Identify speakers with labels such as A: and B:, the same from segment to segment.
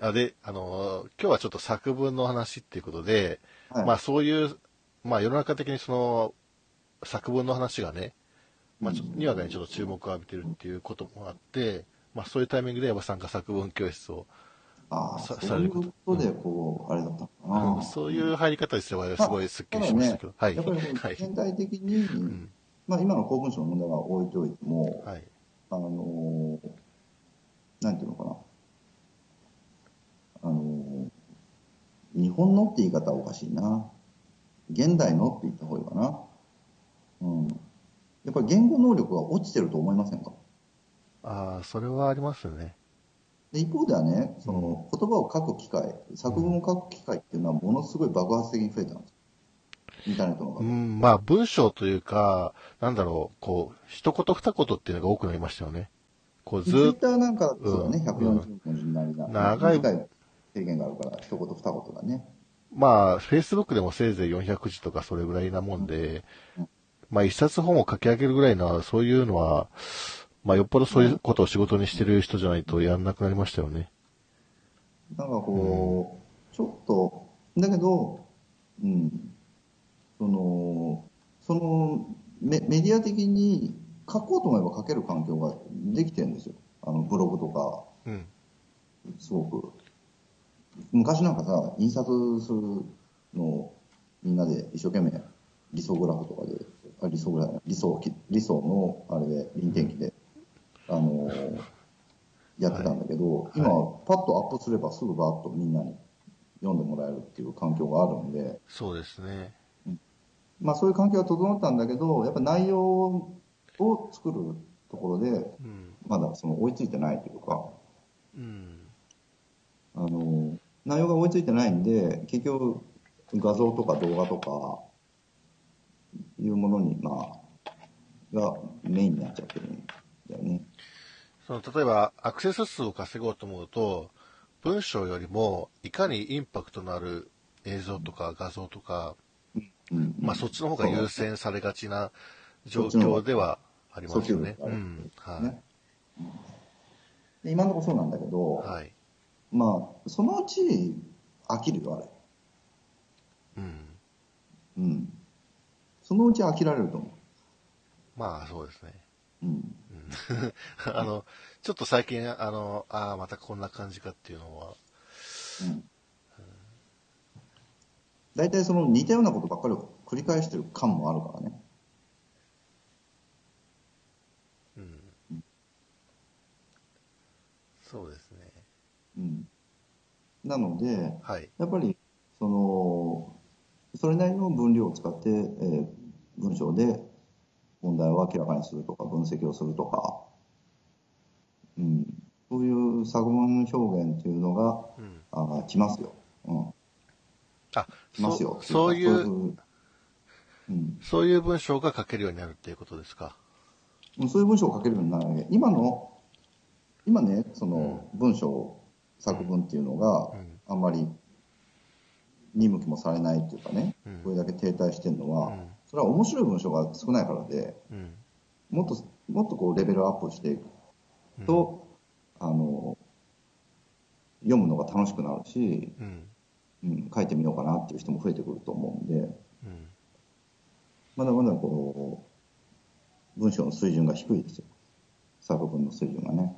A: あで、あの、今日はちょっと作文の話っていうことで、
B: はい
A: まあそういう、まあ世の中的にその、作文の話がね、まあちょっと、にわかにちょっと注目を浴びてるっていうこともあって、まあそういうタイミングで矢場さんが作文教室を、
B: ああ、
A: さ
B: そういうことで、こう、あれだったのか
A: うん
B: な。
A: そういう入り方ですればすごいスッキリしましたけど、はい、
B: やっぱりこう
A: はい、
B: 全体的に、
A: ん
B: まあ、今の公文書の問題は置いておいても、
A: はい、
B: あのーなんていうのかな、あのー日本のって言い方はおかしいな、現代のって言った方がいいかな、うん、やっぱり言語能力が落ちてると思いませんか
A: ああ、それはありますよね。
B: で一方ではね、その言葉を書く機会、作文を書く機会っていうのは、ものすごい爆発的に増えたんですよ、インターネットのおか
A: う
B: げで
A: ん、まあ文章というか、なんだろう、こう、一言二言っていうのが多くなりましたよね。こうず
B: ツイ
A: ー
B: ッ
A: っと
B: ターなんかだとそうだね、
A: うん
B: 140文字になりが、
A: 長い
B: 短制限があるから、一言二言がね。
A: まあ、Facebook でもせいぜい400字とかそれぐらいなもんで
B: うん、
A: まあ一冊本を書き上げるぐらいのは、そういうのは、まあよっぽどそういうことを仕事にしてる人じゃないとやんなくなりましたよね。
B: なんかこう、ちょっと、だけど、うん、その、そのメメディア的に書こうと思えば書ける環境ができてるんですよ。あの、ブログとか、
A: うん。
B: すごく。昔なんかさ、印刷するのをみんなで一生懸命、理想グラフとかで、あ理想グラフ、理想き、理想のあれで、臨転機で、あのーやってたんだけど、今、パッとアップすればすぐバーッとみんなに読んでもらえるっていう環境があるんで、
A: そうですね。
B: まあそういう環境は整ったんだけど、やっぱ内容を作るところで、
A: うん。
B: まだその追いついてないというか、
A: うん。
B: あの内容が追いついてないんで、結局、画像とか動画とかいうものに、まあ、がメインになっちゃってるんだよね。
A: その、例えば、アクセス数を稼ごうと思うと、文章よりも、いかにインパクトのある映像とか画像とか、
B: うん
A: まあそっちの方が優先されがちな状況ではありますよね。うん。はい。
B: ねで今のところそうなんだけど、
A: はい。
B: まあ、そのうち飽きるよ、あれ。
A: うん。
B: うん。そのうち飽きられると思
A: まあそうですね。
B: う。うん。
A: あの、ちょっと最近、あの、ああ、またこんな感じかっていうのは、
B: うん。大体その似たようなことばっかりを繰り返してる感もあるからね。
A: うん。そうですね。
B: うん、なので、
A: はい。
B: やっぱりそのそれなりの分量を使って、えー文章で問題を明らかにするとか分析をするとか、うん、そういう作文表現っていうのが
A: うん。
B: あー来ますよ。うん、
A: あ、
B: 来ますよ
A: そ。そうい、
B: ってかそうういううん
A: そういう文章が書けるようになるっていうことですか。
B: うんそういう文章を書けるようになるわけ今の、今ね、その文章、作文っていうのが
A: うん、
B: あんまり見向きもされないっていうかね、
A: うん
B: これだけ停滞してるの
A: う
B: は
A: ん、
B: それは面白い文章が少ないからで、
A: うん。
B: もっと、もっとこうレベルアップしていくと、あの、読むのが楽しくなるし、
A: うん。
B: うん、書いてみようかなっていう人も増えてくると思うんで、
A: うん。
B: まだまだこう、文章の水準が低いですよ。作文の水準がね。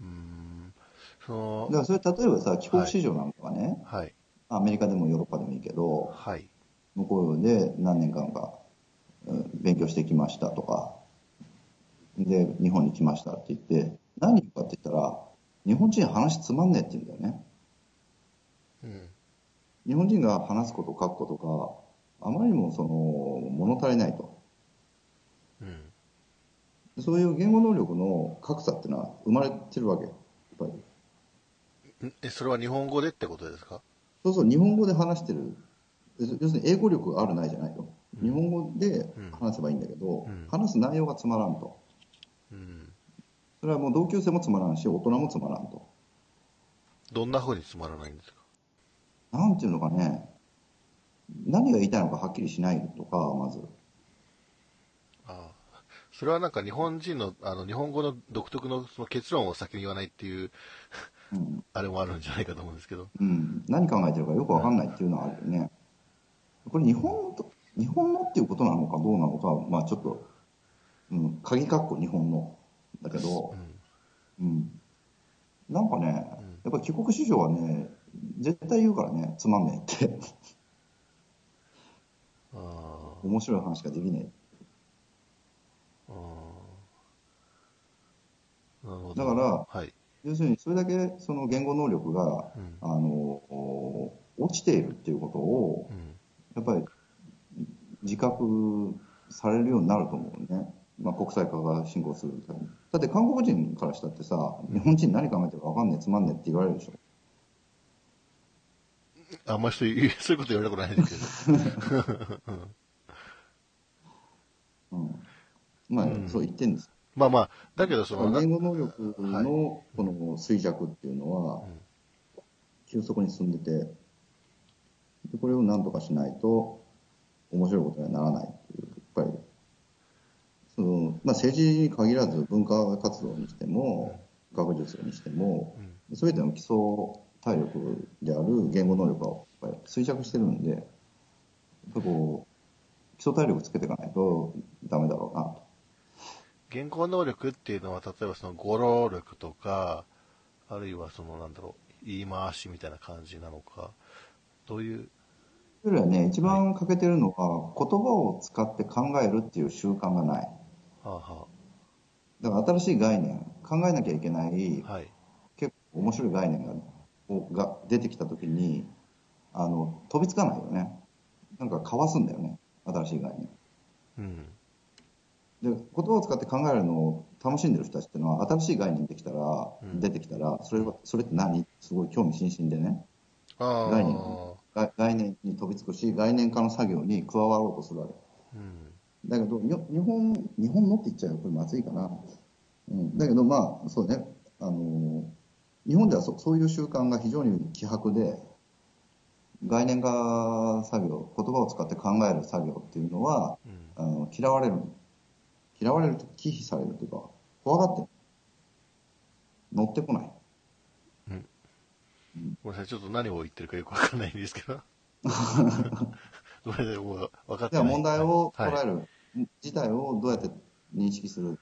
A: うん。
B: だ
A: そ
B: か
A: の、
B: らそれ例えばさ、帰国子女なんかはね、
A: はい。
B: アメリカでもヨーロッパでもいいけど、
A: はい。
B: 向こうで何年間か、うん勉強してきましたとか、で、日本に来ましたって言って、何人かって言ったら、日本人話つまんねえって言うんだよね。
A: うん。
B: 日本人が話すこと書くことがあまりにもその、物足りないと。
A: うん。
B: そういう言語能力の格差っていうのは生まれてるわけよ。やっぱり。
A: んえ、それは日本語でってことですか
B: そうそう、日本語で話してる。要す要するに英語力があるないじゃないと。日本語で話せばいいんだけど、
A: うん
B: 話す内容がつまらんと。
A: うん。
B: それはもう同級生もつまらんし、大人もつまらんと。
A: どんな風につまらないんですか
B: なんていうのかね、何が言いたいのかはっきりしないとか、まず。
A: ああそれはなんか日本人の、あの、日本語の独特のその結論を先に言わないっていう、
B: うん、
A: あれもあるんじゃないかと思うんですけど。
B: うん、何考えてるかよくわかんないっていうのはあるよね。これ日本のと、日本のっていうことなのかどうなのか、まあちょっと、うん、鍵括弧日本の。だけど
A: う、ん。
B: うん。なんかね、やっぱ帰国子女はね、絶対言うからね、つまんねえって。
A: あー
B: 面白い話ができね
A: あー。なるほど。
B: だから
A: はい。
B: え。要するにそれだけその言語能力が、
A: うん。
B: あの、落ちているっていうことを
A: う、ん。
B: やっぱり自覚されるようになると思うね。まあ、国際化が進行するとだって韓国人からしたってさ、日本人何考えてるか分かんねえ、つまんねえって言われるでしょ。
A: あんまりそういう、そういうこと言われたことない ですけど。
B: うん。まあ、
A: うん
B: そう言ってんです。
A: まあまあ、だけどそ
B: だから
A: の、
B: 言語能力
A: はい
B: のこの衰弱っていうのは
A: うん、
B: 急速に進んでて、でこれを何とかしないと、面白いことにはならないっていう、やっぱり、その、まあ政治に限らず文化活動にしても、学術にしても、
A: うん
B: 全ての基礎体力である言語能力がやっぱり衰弱してるんで、やっぱこう、基礎体力つけていかないとダメだろうなと。
A: 言語能力っていうのは、例えばその語呂力とか、あるいはその、なんだろう、言い回しみたいな感じなのか、どういう、
B: それはね、一番欠けてるのは、言葉を使って考えるっていう習慣がない。
A: はあは
B: だから新しい概念、考えなきゃいけない
A: あ、、はい。
B: 結構面白い概念がをが出てきたときに、あの、飛びつかないよね。なんかかわすんだよね、新しい概念。
A: うん。
B: で言葉を使って考えるのを楽しんでる人たちっていうのは新しい概念できたら、
A: うん
B: 出てきたらそれはそれって何すごい興味津々でね
A: あ
B: 概念
A: あ。
B: が概念に飛びつくし概念化の作業に加わろうとするわけ
A: うん。
B: だけどよ日本日本のって言っちゃうよこれまずいかな、うん、だけどまあそうねあの日本ではそそういう習慣が非常に希薄で概念化作業言葉を使って考える作業っていうのは
A: うん。
B: あの嫌われる嫌われると忌避されるというか怖がってる乗ってこない
A: ごめんなさい、ちょっと何を言ってるかよくわかんないんですけど。ごめんなさい、もう分かって
B: で
A: な。
B: はい問題を捉
A: はい
B: える、事態をどうやって認識する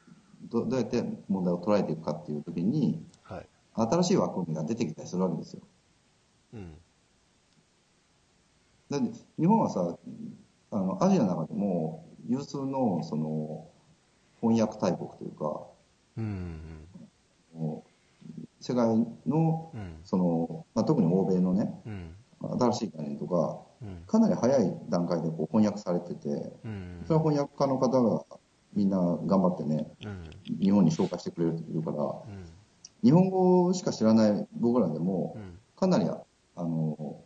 B: どどうやって問題を捉えていくかっていう時に
A: はい。
B: 新しい枠組みが出てきたりするわけですよ
A: うん。
B: だって日本はさあのアジアの中でも有数のその翻訳大国というか
A: うん。
B: もう世界の
A: うん。
B: その、まあ、特に欧米のね
A: うん。
B: 新しい概念とか
A: うん。
B: かなり早い段階でこう翻訳されてて、
A: うん。
B: それは翻訳家の方がみんな頑張ってね、
A: うん。
B: 日本に紹介してくれるから、
A: うん。
B: 日本語しか知らない僕らで
A: う
B: も、
A: ん。
B: かなりあの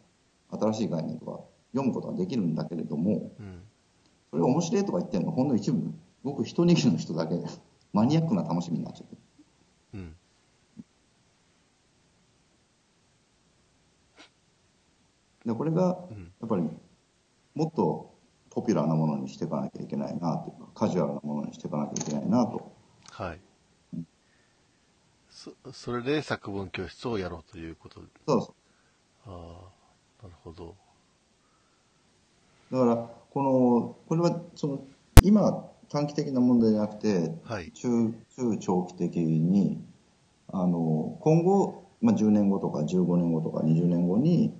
B: 新しい概念とか読むことができるんだけれども、
A: うん。
B: それ面白いとか言ってるの、ほんの一部、ごく一握りの人だけ、マニアックな楽しみになっちゃってる。
A: うん。
B: でこれが
A: うん。
B: やっぱりもっとポピュラーなものにしていかなきゃいけないなというか、カジュアルなものにしていかなきゃいけないなと。
A: はい。そ、それで作文教室をやろうということ。
B: そうそ
A: あ
B: う
A: あ、なるほど。
B: だから、この、これは、その、今、短期的な問題じゃなくて、
A: はい。
B: 中、中長期的に、あの、今後、まあ、10年後とか15年後とか20年後に、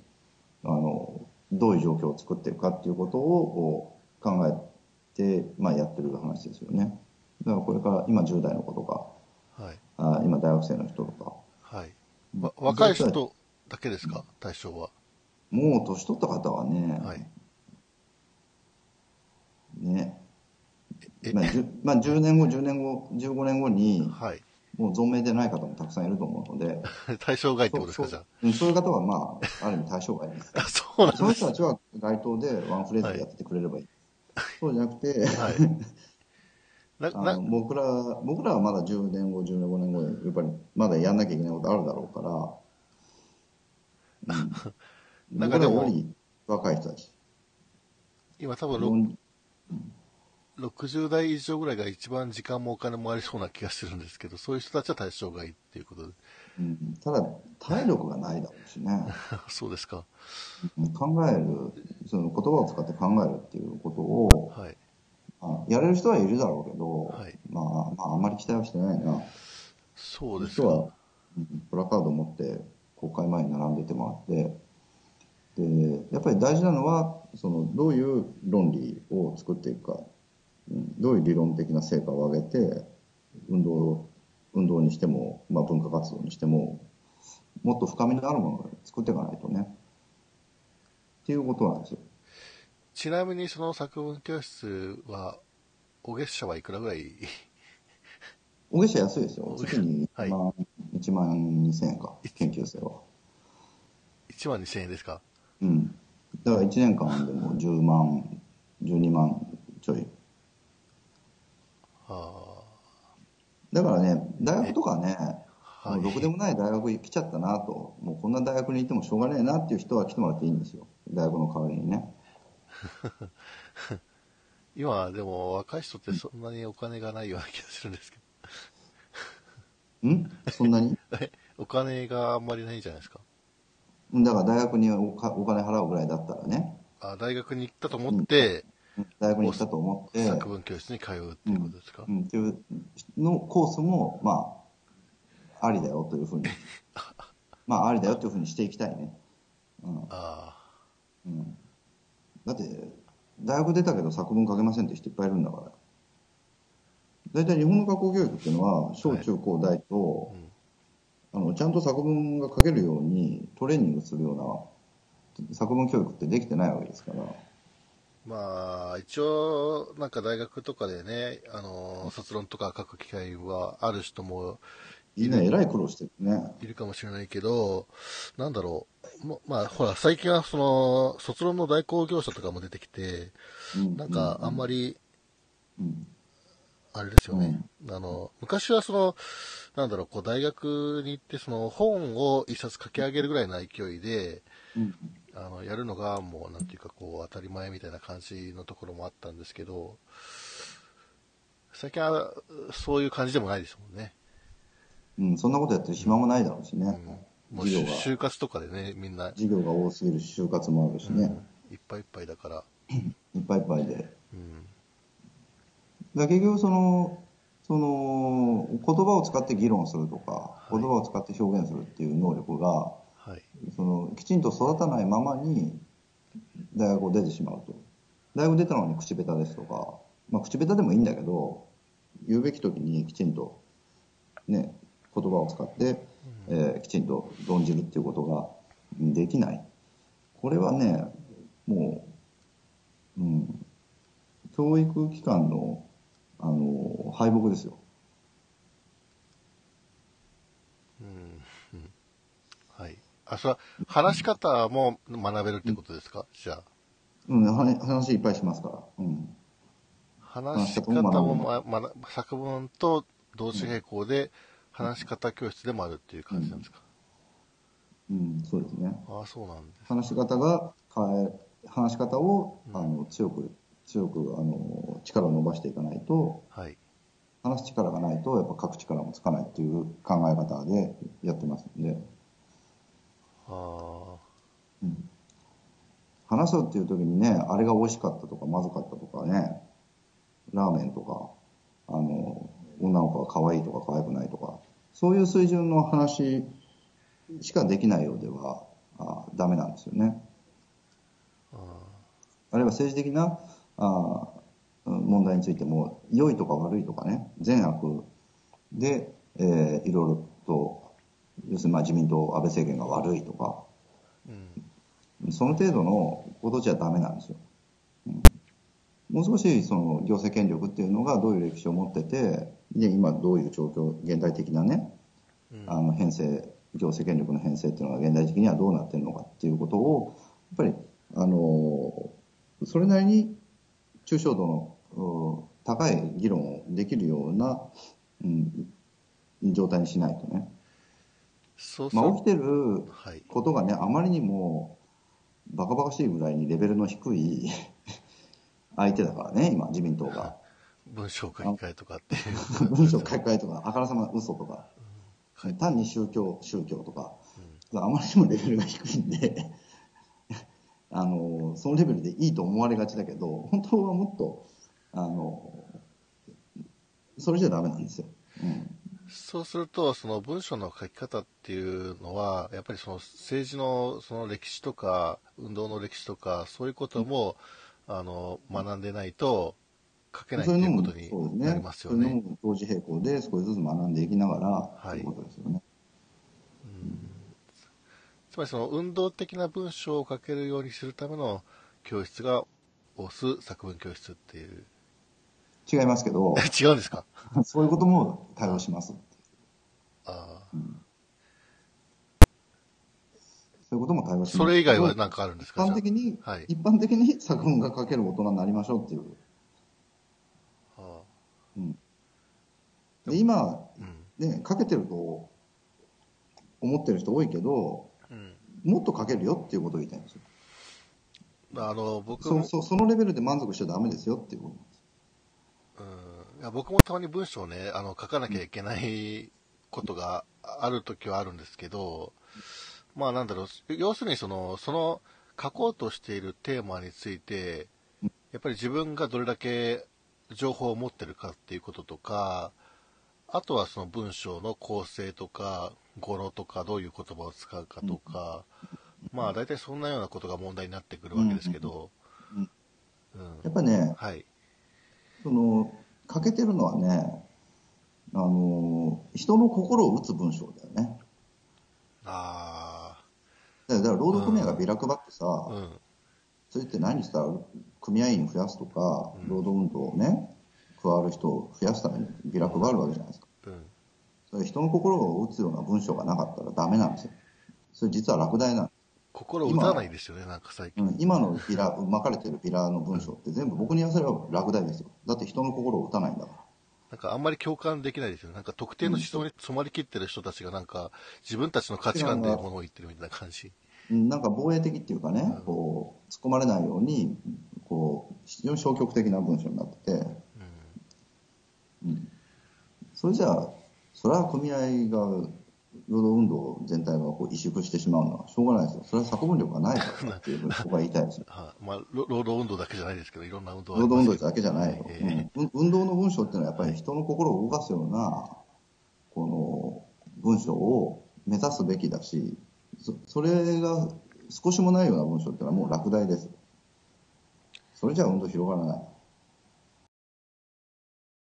B: あの、どういう状況を作っていくかっていうことをこう考えて、まあ、やってる話ですよね。だから、これから、今10代の子とか、
A: はい。
B: あ今大学生の人とか、
A: はい。
B: ま
A: 若い人だけですか対象は。
B: もう年取った方はね、
A: はい。
B: ね、
A: え、
B: まあ、じゅまあ10年後、10年後、15年後に、
A: はい。
B: もう存命でない方もたくさんいると思うので、
A: 対象外ってこ
B: そ
A: と
B: う
A: です
B: そ
A: か
B: う
A: じゃ
B: うんそういう方は、まあ、ある意味対象外 です。
A: あ。あ、そうなん
B: その人たちは街頭でワンフレーズでやっててくれればいい。そうじゃなくて、
A: はい。な、
B: あ
A: な
B: の、僕ら僕らはまだ10年後、15年後、やっぱりまだやんなきゃいけないことあるだろうから、う ん、
A: なん
B: 僕
A: からでも
B: より若い人たち、
A: 今多分
B: 40
A: 60代以上ぐらいが一番時間もお金もありそうな気がするんですけど、そういう人たちは対象がいいっていうことで。
B: うん、ただ、体力がないだろうしね。
A: そうですか。
B: うん考える、その言葉を使って考えるっていうことを、
A: はい。
B: あやれる人はいるだろうけど、
A: はい
B: まあ、まあ、あんまり期待はしてないな。
A: そうです
B: 人
A: か。
B: は、うんプラカードを持って、公開前に並んでてもらって、で、やっぱり大事なのは、その、どういう論理を作っていくか、うんどういう理論的な成果を上げて、運動、運動にしても、まあ、文化活動にしても、もっと深みのあるものを作っていかないとね。っていうことなんですよ。
A: ちなみにその作文教室は、お月謝はいくらぐらい
B: お月謝安いですよ
A: お。月謝
B: 月に
A: は
B: 1
A: い
B: 万、1万2000円か、研究生は。
A: ?1 万2000円ですか
B: うん。だから1年間でも10万、12万ちょい。
A: あ
B: だからね、大学とかね、
A: あ。は
B: もうろくで
A: い。
B: もない大学来ちゃったなと、もうこんな大学にいてもしょうがねえなっていう人は来てもらっていいんですよ。大学の代わりにね。
A: 今、でも若い人ってそんなにお金がないような気がするんですけど。
B: んそん なに
A: えお金があんまりないんじゃないですか
B: うんだから大学におかお金払うぐらいだったらね、
A: あ大学に行ったと思って、
B: うん大学に行ったと思って、
A: 作文教室に通うっていうことですか、
B: うん、っていうのコースも、まあ、ありだよとい うふうに、まあ、ありだよというふうにしていきたいね。
A: あ
B: うん、だって、大学出たけど作文書けませんって人いっぱいいるんだから。大体日本の学校教育っていうのは、小中高大と、あの、ちゃんと作文が書けるようにトレーニングするような作文教育ってできてないわけですから。
A: あまあ一応なんか大学とかでねあの卒論とか書く機会はある人も
B: みんなえらい苦労してるね。
A: いるかもしれないけどなんだろうもまあほら最近はその卒論の代行業者とかも出てきて
B: うん、
A: なんかあんまり
B: うん、
A: あれですよね、あの昔はそのなんだろうこう大学に行ってその本を一冊書き上げるぐらいの勢いで
B: うん、
A: あのやるのがもうなんていうかこう当たり前みたいな感じのところもあったんですけど最近はそういう感じでもないですもんね、
B: うん、そんなことやってる暇もないだろうしね。
A: うん、もう
B: 授業が、
A: 就活とかでねみんな、
B: 授業が多すぎるし、就活もあるしね。
A: いっぱいいっぱいだから、
B: いっぱいいっぱいで。
A: うん、
B: だから結局その、その、言葉を使って議論するとか、言葉を使って表現するっていう能力が、
A: はい
B: その、きちんと育たないままに、大学を出てしまうと。大学出たのに口下手ですとか、まあ口下手でもいいんだけど、言うべき時にきちんと、ね、言葉を使って、えーきちんと論じるっていうことがうんできない。これはね、もう、うん、教育機関の、あの、敗北ですよ。
A: うんうんはいあそれは話し方も学べるってことですか、じゃあ
B: うん、話話いっぱいしますから。うん。
A: 話し
B: し
A: 方
B: 方
A: も、
B: も
A: まま、作文と同時並行で話し方教室でもあるっていう感じなんですか、
B: うん、そうですね。
A: ああそうなんです
B: 話し方が変え、話し方を、あの、強く、強く、あの、力を伸ばしていかないと、
A: はい
B: 話す力がないと、やっぱ書く力もつかないっていう考え方でやってますんで、
A: ああ
B: 話そうっていう時にね、あれが美味しかったとか、まずかったとかね、ラーメンとか、あの、女の子が可愛いとか可愛くないとか、そういう水準の話しかできないようでは、あダメなんですよね。あるいは政治的なあうん問題についても、良いとか悪いとかね、善悪で、えーいろいろと、要するにまあ自民党、安倍政権が悪いとか、その程度のことじゃダメなんですよ。うんもう少しその行政権力っていうのがどういう歴史を持ってて、で今どういう状況、現代的なね、あの編成、行政権力の編成っていうのが現代的にはどうなってるのかっていうことを、やっぱり、あの、それなりに抽象度のうん高い議論をできるような、うん、状態にしないとね。
A: そう
B: まあ、
A: そ
B: 起きてる
A: うはい
B: ことがね、あまりにも バカバカしいぐらいにレベルの低い相手だからね、今、自民党が。
A: 文章書き換えとかっていう
B: 文章書き換えとか、あからさまな嘘とか、単に宗教、宗教とか、あまりにもレベルが低いんで、あの、そのレベルでいいと思われがちだけど、本当はもっと、あの、それじゃダメなんですよ。うん。
A: そうすると、その文章の書き方っていうのは、やっぱりその政治のその歴史とか、運動の歴史とか、そういうことも、あの、学んでないと書けないって
B: そういう
A: い
B: の
A: うこと
B: も、そうです
A: に
B: ね。
A: なりますよ
B: そういう
A: ね。
B: のも同時並行で少しずつ学んでいきながら、
A: い
B: ということですよね。
A: つまりその運動的な文章を書けるようにするための教室が推す作文教室って いう。
B: 違いますけど、
A: 違うんですか
B: そういうことも対応します。
A: ああ
B: そういうことも対応します。
A: それ以外は何かあるんです
B: 一
A: かじ
B: 般
A: ゃ
B: 的に、
A: はい
B: 一般的に 作文が書ける大人になりましょうっていう。
A: ああ
B: うん、で今、
A: うん。
B: ね、書けてると思ってる人多いけど、
A: うん
B: もっと書けるよっていうことを言いたいんですよ。
A: あの、僕
B: そ
A: も、
B: そそのレベルで満足しちゃダメですよっていうことなんです
A: うんいや僕もたまに文章をね、あの、書かなきゃいけないことがあるときはあるんですけど、まあなんだろう、要するにその、その書こうとしているテーマについて、やっぱり自分がどれだけ情報を持ってるかっていうこととか、あとはその文章の構成とか、語呂とか、どういう言葉を使うかとか、まあ大体そんなようなことが問題になってくるわけですけど、
B: う
A: う
B: ん
A: ん
B: やっぱね、
A: はい。
B: その、書けてるのはね、あの、人の心を打つ文章だよね。
A: ああ。
B: だから、だから労働組合がビラ配ってさ、
A: うん、
B: それって何したら組合員増やすとか、
A: うん
B: 労働運動をね、加わる人を増やすためにビラ配るわけじゃないですか。
A: うん、
B: それ人の心を打つような文章がなかったらダメなんですよ。それ実は落第なんです
A: 心打たないですよね、なんか最近。
B: うん、今のビラ、巻かれてるビラの文章って全部僕に言わせれば落第ですよ。だって人の心を打たないんだか
A: なんかあんまり共感できないですよね。なんか特定の思想に染まりきってる人たちがなんか自分たちの価値観で物を言ってるみたいな感じ。。
B: ら。うんなんか防衛的っていうかね、こう、突っ込まれないように、こう、非常に消極的な文章になってて、うんそれじゃあ、それは組合が、労働運動全体がこう萎縮してしまうのはしょうがないですよ。それは作文力がないからっていうふうに僕は言いたいですよ
A: はいまあ、ろ労働運動だけじゃないですけど、いろんな運動あり
B: 労働
A: ま
B: 運動
A: すけど
B: だけじゃないよ、
A: ええ
B: うん運動の文章っていうのはやっぱり人の心を動かすような、この文章を目指すべきだし、そそれが少しもないような文章っていうのはもう落第です。それじゃ運動広がらない。